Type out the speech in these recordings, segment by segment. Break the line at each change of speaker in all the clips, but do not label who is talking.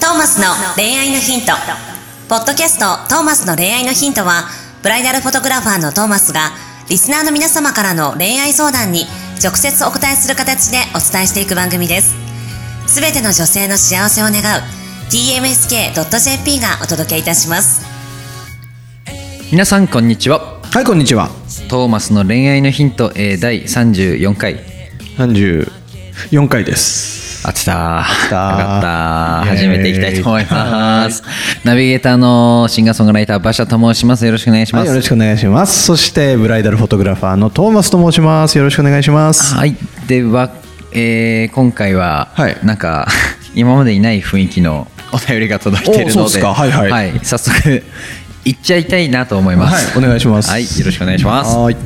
トーマスの恋愛のヒント。ポッドキャストトーマスの恋愛のヒントは、ブライダルフォトグラファーのトーマスが、リスナーの皆様からの恋愛相談に直接お答えする形でお伝えしていく番組です。すべての女性の幸せを願う、tmsk.jp がお届けいたします。
皆さんこんにちは
はいこんにちは
トーマスの恋愛のヒント、えー、第34回
34回です
あってたー
たー
よかったー
イエーイ
始めていきたいと思いますナビゲーターのシンガーソングライター馬車と申しますよろしくお願いし
は
ます、
いよろしくお願いしますそしてブライダルフォトグラファーのトーマスと申しますよろしくお願いします
はいでは、えー今回は、
はい
なんか今までにない雰囲気のお便りが届いている
おそう
の
で
です
かはいはい
早速行っちゃいたいなと思います、
はいお願いします
はいよろしくお願いします
はい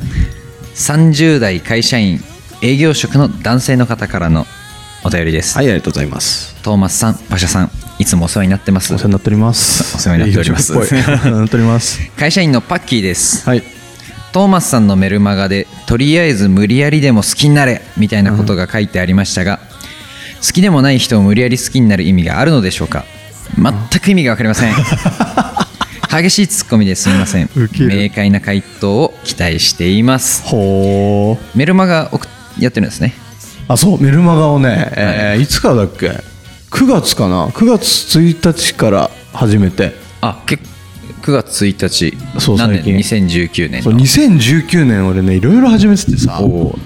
30代会社員営業職の男性の方からのお便りです、
はいありがとうございます
トーマスさん、馬車さん、いつもお世話になってます
お世話。になっておりま
お
す
世話になっております
営業職っぽいお世話になっております
会社員のパッキーです。
はい
トーマスさんのメルマガで、とりあえず無理やりでも好きになれみたいなことが書いてありましたが、好きでもない人を無理やり好きになる意味があるのでしょうか全く意味がわかりま せん。激しいツッコミですみません
ウケ。る
明快な回答を期待しています。
ほー
メルマガ送っやってるんですね。
あそうメルマガをね、えーいつからだっけ9月かな9月1日から始めて
あ、け9月1日、
そう
何年
最近
?2019 年
そう
の。
2019年俺ねいろいろ始めててさ
おー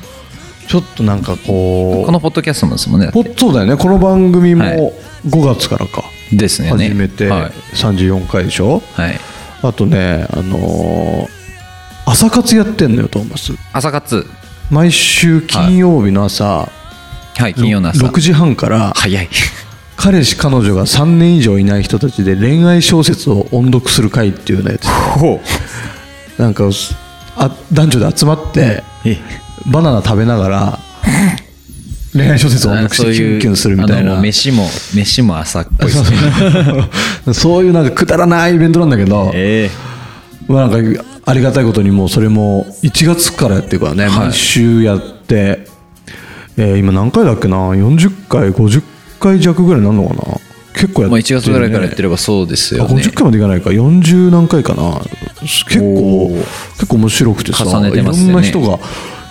ちょっとなんかこう
このポッドキャストもですもんね。だって
ポッそうだよねこの番組
はい
も5月からか、
ですね。
始めて
はい
34回でしょ、
はい。
あとねあのー朝活やってんのよトーマス
朝活。
毎週金曜日の朝、
はい、金曜の朝。
6時半から
早い。
彼氏彼女が3年以上いない人たちで恋愛小説を音読する会っていうね
ほう。
なんかあ男女で集まってバナナ食べながら恋愛小説を音読し
そう
てキ
い
ュ
う、
ンキュンするみたい
あの
な
もう飯も、飯も朝っぽいですね。
そう いうなんかくだらないイベントなんだけど、
ええ
まあ、なんかありがたいことにもうそれも1月からやっていくからね、毎週やって、えー今何回だっけな40回50回弱ぐらいになるのかな結構やってる、ね、
まあ1月ぐらいからやってればそうですよ
あ
ね
50。回までいかないか40何回かな結構結構面白くてさ
重ねてますね
いろんな人が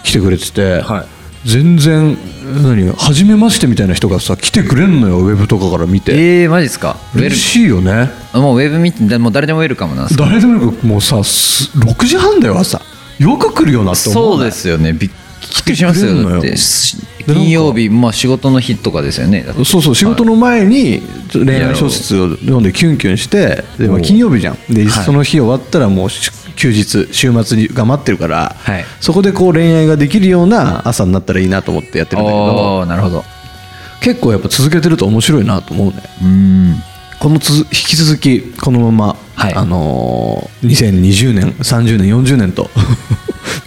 来てくれてて、
はい
全然何初めましてみたいな人がさ来てくれんのよウェブとかから見て
ええマジですか。ウェ
嬉しいよね
ル、もうウェブ見て、もう誰でもウェルカムなんですか。
誰でもよくもうさす6時半だよ朝よく来るよなって思う
そうですよね。びっくりします
来てくれん
よ。
の
だ
よ
って、し金曜日、まあ仕事の日とかですよね。だって
そうそう仕事の前に恋愛小説を読んでキュンキュンしてで、まあ、金曜日じゃんで、その日終わったらもうし休日週末にが待ってるから、
はい
そこでこう恋愛ができるような朝になったらいいなと思ってやってるんだけど
ああ、なるほど。
結構やっぱ続けてると面白いなと思うね
うん。
このつづ引き続きこのまま、
はい
あのー2020年30年40年と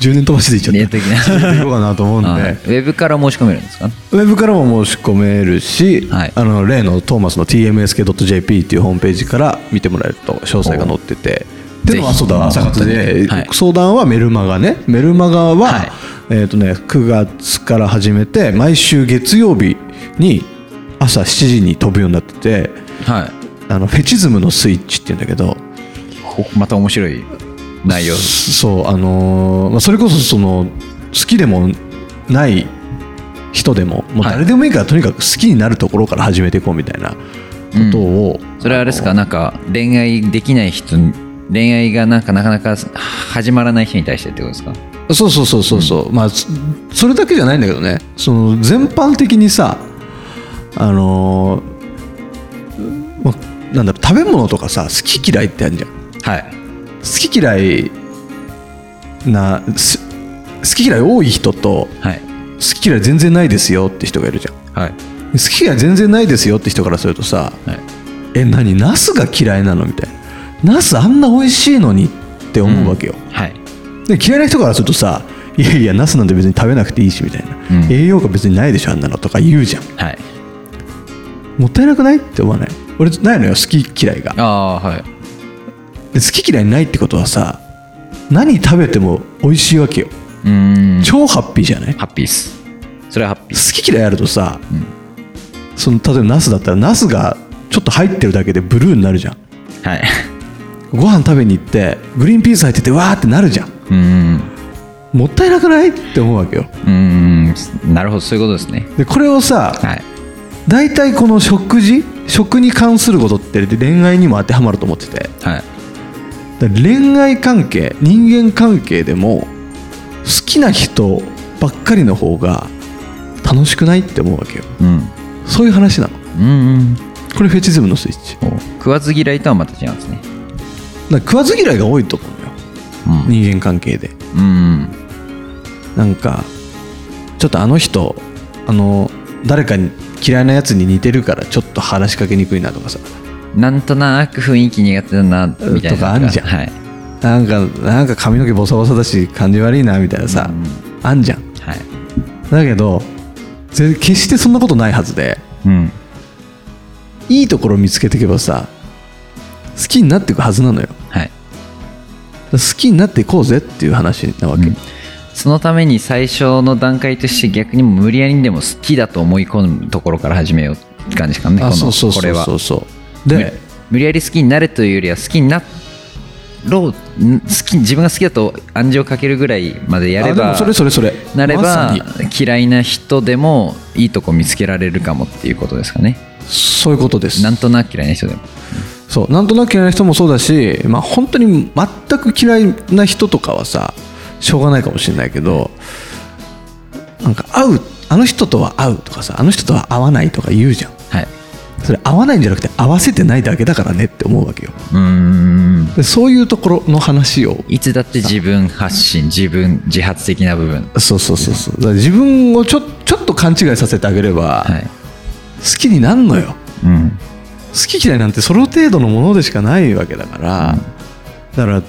10年飛ばしでいっちゃ
年
った
的な。
続けていこうかなと思うんで、
はいウェブから申し込めるんですか
ウェブからも申し込めるし、
はい
あの例のトーマスの tmsk.jp っていうホームページから見てもらえると詳細が載ってて。でも
ぜひ
そうだ朝活で、
はい
相談はメルマガねメルマガは、
はい
えーとね、9月から始めて毎週月曜日に朝7時に飛ぶようになってて
はい。
あのフェチズムのスイッチっていうんだけど
ほまた面白い内容
そうあのーまあ、それこそその好きでもない人でももう
はい
誰でもいいから、とにかく好きになるところから始めていこうみたいなことを、
それはあれですかなんか恋愛できない人に恋愛がなんかなかなか始まらない人に対してってことですか
そうそうそうそうそう、まあそそれだけじゃないんだけどねその全般的にさあのーまあ、なんだろう食べ物とかさ好き嫌いってあるじゃん
はい
好き嫌いなす好き嫌い多い人と
はい
好き嫌い全然ないですよって人がいるじゃん
はい
好きが全然ないですよって人からするとさ
はい
「え何ナスが嫌いなの?」みたいな「ナスあんな美味しいのに」って思うわけよ、
はい
で嫌いな人からするとさ「いやいやナスなんて別に食べなくていいし」みたいな、
うん
栄養価別にないでしょあんなの」とか言うじゃん
はい
もったいなくないって思わない俺ないのよ好き嫌いが
ああはい
で好き嫌いないってことはさ何食べても美味しいわけよ
うーん
超ハッピーじゃない
ハッピーっすそれはハッピー
好き嫌いあるとさ、その例えばナスだったらナスがちょっと入ってるだけでブルーになるじゃん
はい
ご飯食べに行ってグリーンピース入っててわーってなるじゃん
うん
もったいなくないって思うわけよ
うんなるほどそういうことですね
でこれをさ
はい
大体この食事食に関することって恋愛にも当てはまると思ってて
はい
だから恋愛関係人間関係でも好きな人ばっかりの方が楽しくないって思うわけよ
うん
そういう話なの
うんうん
これフェチズムのスイッチだか
お食わず嫌いとはまた違うんですね
ら食わず嫌いが多いと思うよ
うん
人間関係で
うん
なんかちょっとあの人あの誰かに嫌いなやつに似てるからちょっと話しかけにくいなとかさ
なんとなく雰囲気苦手だなみたいな
とかあるじゃん
はい
なんかなんか髪の毛ボサボサだし感じ悪いなみたいなさ、
うん
あんじゃん
はい
だけどぜ決してそんなことないはずで
うん
いいところ見つけていけばさ好きになっていくはずなのよだか
はい
ら好きになっていこうぜっていう話なわけ、
うんそのために最初の段階として逆に無理やりにでも好きだと思い込むところから始めようって感じですかねこ
あ
の
そうそうそ
こ
う
れは
そうそう
む
で
無理やり好きになれというよりは好きになろうん好き自分が好きだと暗示をかけるぐらいまでやれ
あで
ば
もそれそれそれ
なれば、
まさに
嫌いな人でもいいとこ見つけられるかもっていうことですかね
そういうことです
なんとなく嫌いな人でも
そうなんとなく嫌いな人もそうだし、まあ、本当に全く嫌いな人とかはさしょうがないかもしれないけどなんか会うあの人とは会うとかさあの人とは会わないとか言うじゃん
はい
それ会わないんじゃなくて会わせてないだけだからねって思うわけよ
うーん
でそういうところの話を
いつだって自分発信自分自発的な部分
そうそうそうそうだから自分をちょちょっと勘違いさせてあげれば、
はい
好きになるのよ
うん
好き嫌いなんてその程度のものでしかないわけだから、だから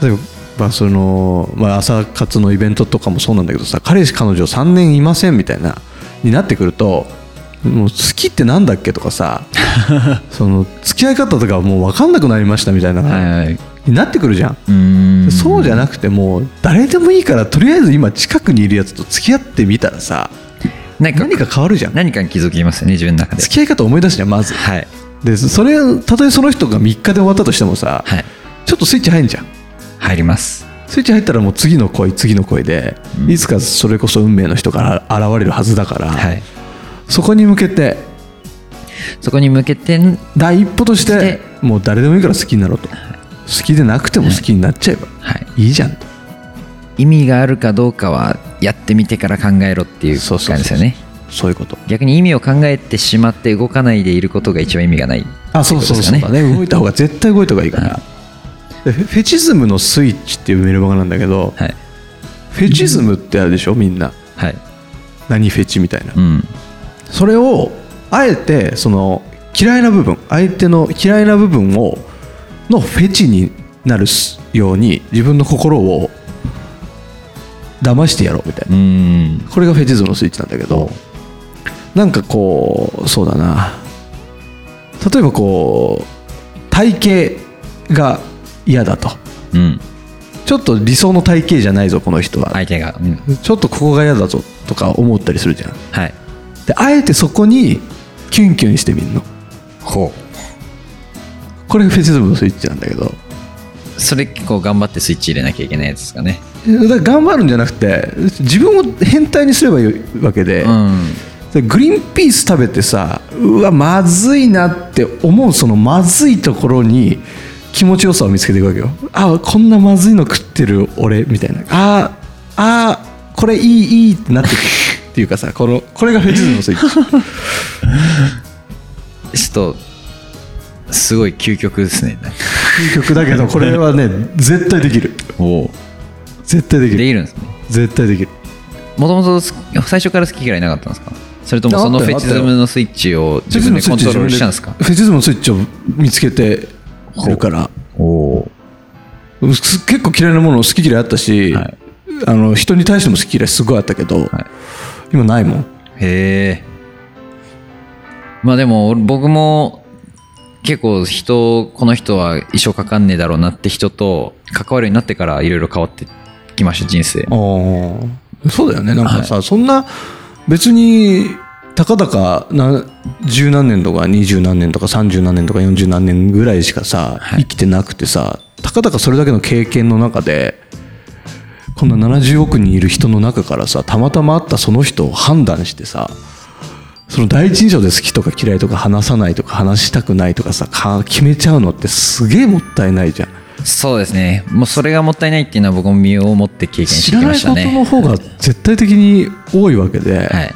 例えばその、まあ、朝活のイベントとかもそうなんだけどさ彼氏彼女3年いませんみたいなになってくるともう好きってなんだっけと かさその付き合い方とかもう分かんなくなりましたみたいな、
はいはい
になってくるじゃん。
うーん
そうじゃ
な
なくてもう誰でもいいからとりあえず今近くにいるやつと付き合ってみたらさ
何か
何か変わるじゃん
何かに気づきますよね自分の中で
付き合い方思い出すじゃんまず
はい
でそれたとえその人が3日で終わったとしてもさ、
はい
ちょっとスイッチ入んじゃん
入ります
スイッチ入ったらもう次の恋次の恋で、いつかそれこそ運命の人が現れるはずだから、
はい
そこに向けて
そこに向けては
第一歩とし
そしてて
もう誰でもいいから好きになろうと、好きでなくても好きになっちゃえば、
い
い、いじゃんと
意味があるかどうかはやってみてから考えろっていう
そ
感
う
じ
そ
です
うそう
よね
そういうこと
逆に意味を考えてしまって動かないでいることが一番意味がない
あそうそうそう
って
だ
ことで
ね動いた方が絶対動いた方がいいから、でフェフェチズムのスイッチっていうメルマガなんだけど、
はい
フェチズムってあるでしょみんな
はい
何フェチみたいな、
うん
それをあえてその嫌いな部分相手の嫌いな部分をのフェチになるように自分の心を騙してやろうみたいな
うん
これがフェチズムのスイッチなんだけどなんかこうそうだな例えばこう体型が嫌だと
うん
ちょっと理想の体型じゃないぞこの人は、
相手がうん
ちょっとここが嫌だぞとか思ったりするじゃん
はい
であえてそこにキュンキュンしてみんの
ほ
これがフェチズムのスイッチなんだけど
うそれ結構頑張ってスイッチ入れなきゃいけないやつですかね
だから頑張るんじゃなくて自分を変態にすればいいわけで、
うん
でグリーンピース食べてさうわまずいなって思うそのまずいところに気持ちよさを見つけていくわけよあこんなまずいの食ってる俺みたいなあーあーこれいいいいってなってくるっていうかさこ のこれがフェチズムのスイッチ
ちょっとすごい究極ですね
いい曲だけどこれはね絶対できる
おお
絶対でき
で
る
きるんですね
絶対できる
もともと最初から好き嫌いなかったんですかそれともその
あっ
フ
たよ
ェチズムのスイッチを自分でコントロールしたんですか
フェチズムのスイッチを見つけてるから
おお
す結構嫌いなもの好き嫌いあったし、
はい
あの人に対しても好き嫌いすごいあったけど、
はい
今ないもん
へえまあでも俺僕も結構人この人は一生かかんねえだろうなって人と関わるようになってからいろいろ変わってきました人生
そうだよねなんかさ、そんな別にたかだかな十何年とか二十何年とか三十何年とか四十何年ぐらいしかさ、
はい
生きてなくてさたかだかそれだけの経験の中でこんな70億人いる人の中からさたまたま会ったその人を判断してさその第一印象で好きとか嫌いとか話さないとか話したくないとかさか決めちゃうのってすげえもったいないじゃん
そうですねもうそれがもったいないっていうのは僕も身をもって経験し
知
て
ら
き
な
ま
い
し
こ
た
と
ね
の方が絶対的に多いわけで、
はい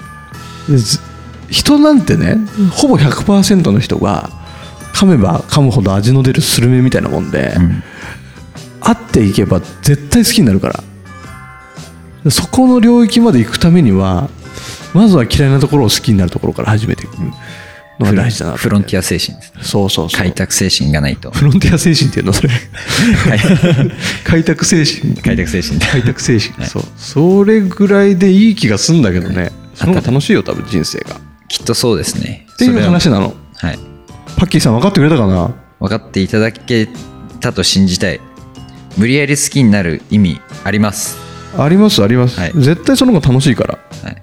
でず人なんてねほぼ100%の人が噛めば噛むほど味の出るスルメみたいなもんで、会っていけば絶対好きになるからそこの領域まで行くためにはまずは嫌いなところを好きになるところから始めていくのが大事だな
フロンティ
ア
ア精神です
そうそうそう
開拓精神がないと
フロンティア精神っていう のそれ開拓精神
開拓精神
開拓精神、そうそれぐらいでいい気がすんだけどね、その方が楽しいよ多分人生が
きっとそうですね
っていう
そ
話
れ
なの
ははい
パッキーさん分かってくれたかな
分かっていただけたと信じたい無理やり好きになる意味あります、
ありますあります、
はい
絶対その方が楽しいから
はい、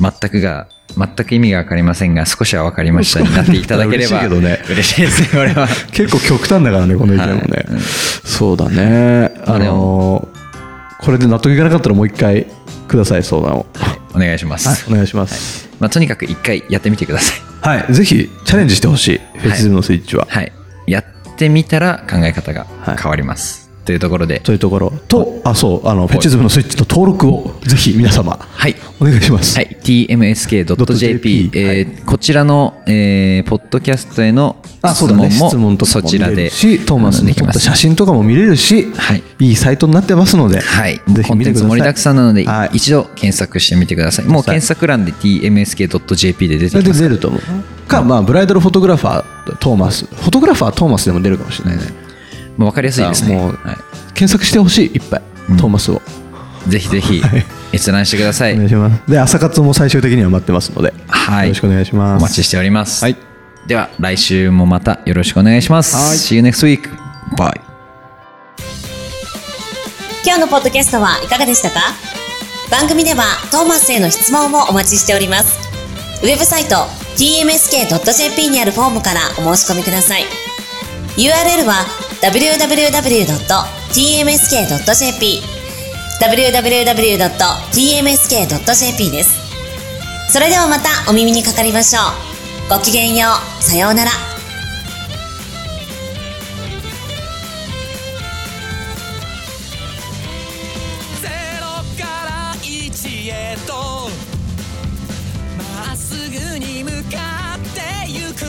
全くが全く意味が分かりませんが少しは分かりましたになっていただければ
嬉しいけどね
嬉しいですね これは
結構極端だからねこの意見
は
もね、
いうん
そうだね
ま
あ
あで
のーこれで納得いかなかったらもう一回ください相談をはい
お願いします、
お願いします
まあ、とにかく一回やってみてください
はい、ぜひチャレンジしてほしい、フェチズムのスイッチは、
はいやってみたら考え方が変わります、というところで
というところとあそうあのフェチズムのスイッチの登録をぜひ皆様
はい
お願いします、
はい、tmsk.jp
.jp、
えーこちらの、えーポッドキャストへの
あそ
質
うだね
問
質問
も
とか
そ
も見
ちら
れ
で
るしトーマス
あので
の
き
撮
ま
った
す
写真とかも見れるし、
はい
いいサイトになってますので、
はい、
ぜ
コ
ひ
ン
見
テンツ
てください
盛りだくさんなので、
はい
一度検索してみてくださいもう検索欄で tmsk.jp で出
そ
てき
れで
ます
出ると思うか、まあ、ブライダルフォトグラファートーマスフォトグラファートーマスでも出るかもしれないね
もう分かりやすいですね、
あもう
は
検索してほしいいっぱい、トーマスを
い、ぜひぜひ閲覧してください
お願いしますで朝活も最終的には待ってますので、
はい
よろしくお願いします
お待ちしております、
はい
では来週もまたよろしくお願いします、
はい
See you next week bye
今日のポッドキャストはいかがでしたか番組ではトーマスへの質問もお待ちしております。ウェブサイト tmsk.jp にあるフォームからお申し込みください。URL は www.tmsk.jp www.tmsk.jp です。それではまたお耳にかかりましょう。ごきげんよう。さようなら。
ゼロから一へとまっすぐに向かってゆく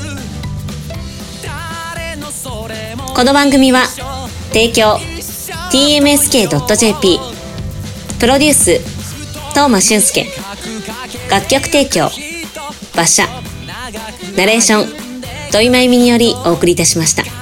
誰のそれも
この番組は
一緒
提供 TMSK.jp プロデュース東間俊介楽曲提供馬車ナレーション土井真由美によりお送りいたしました。